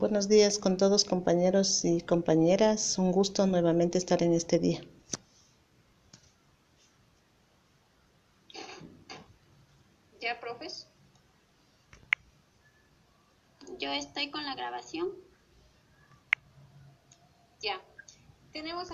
Buenos días con todos compañeros y compañeras. Un gusto nuevamente estar en este día. ¿Ya, profes? Yo estoy con la grabación. Ya. Tenemos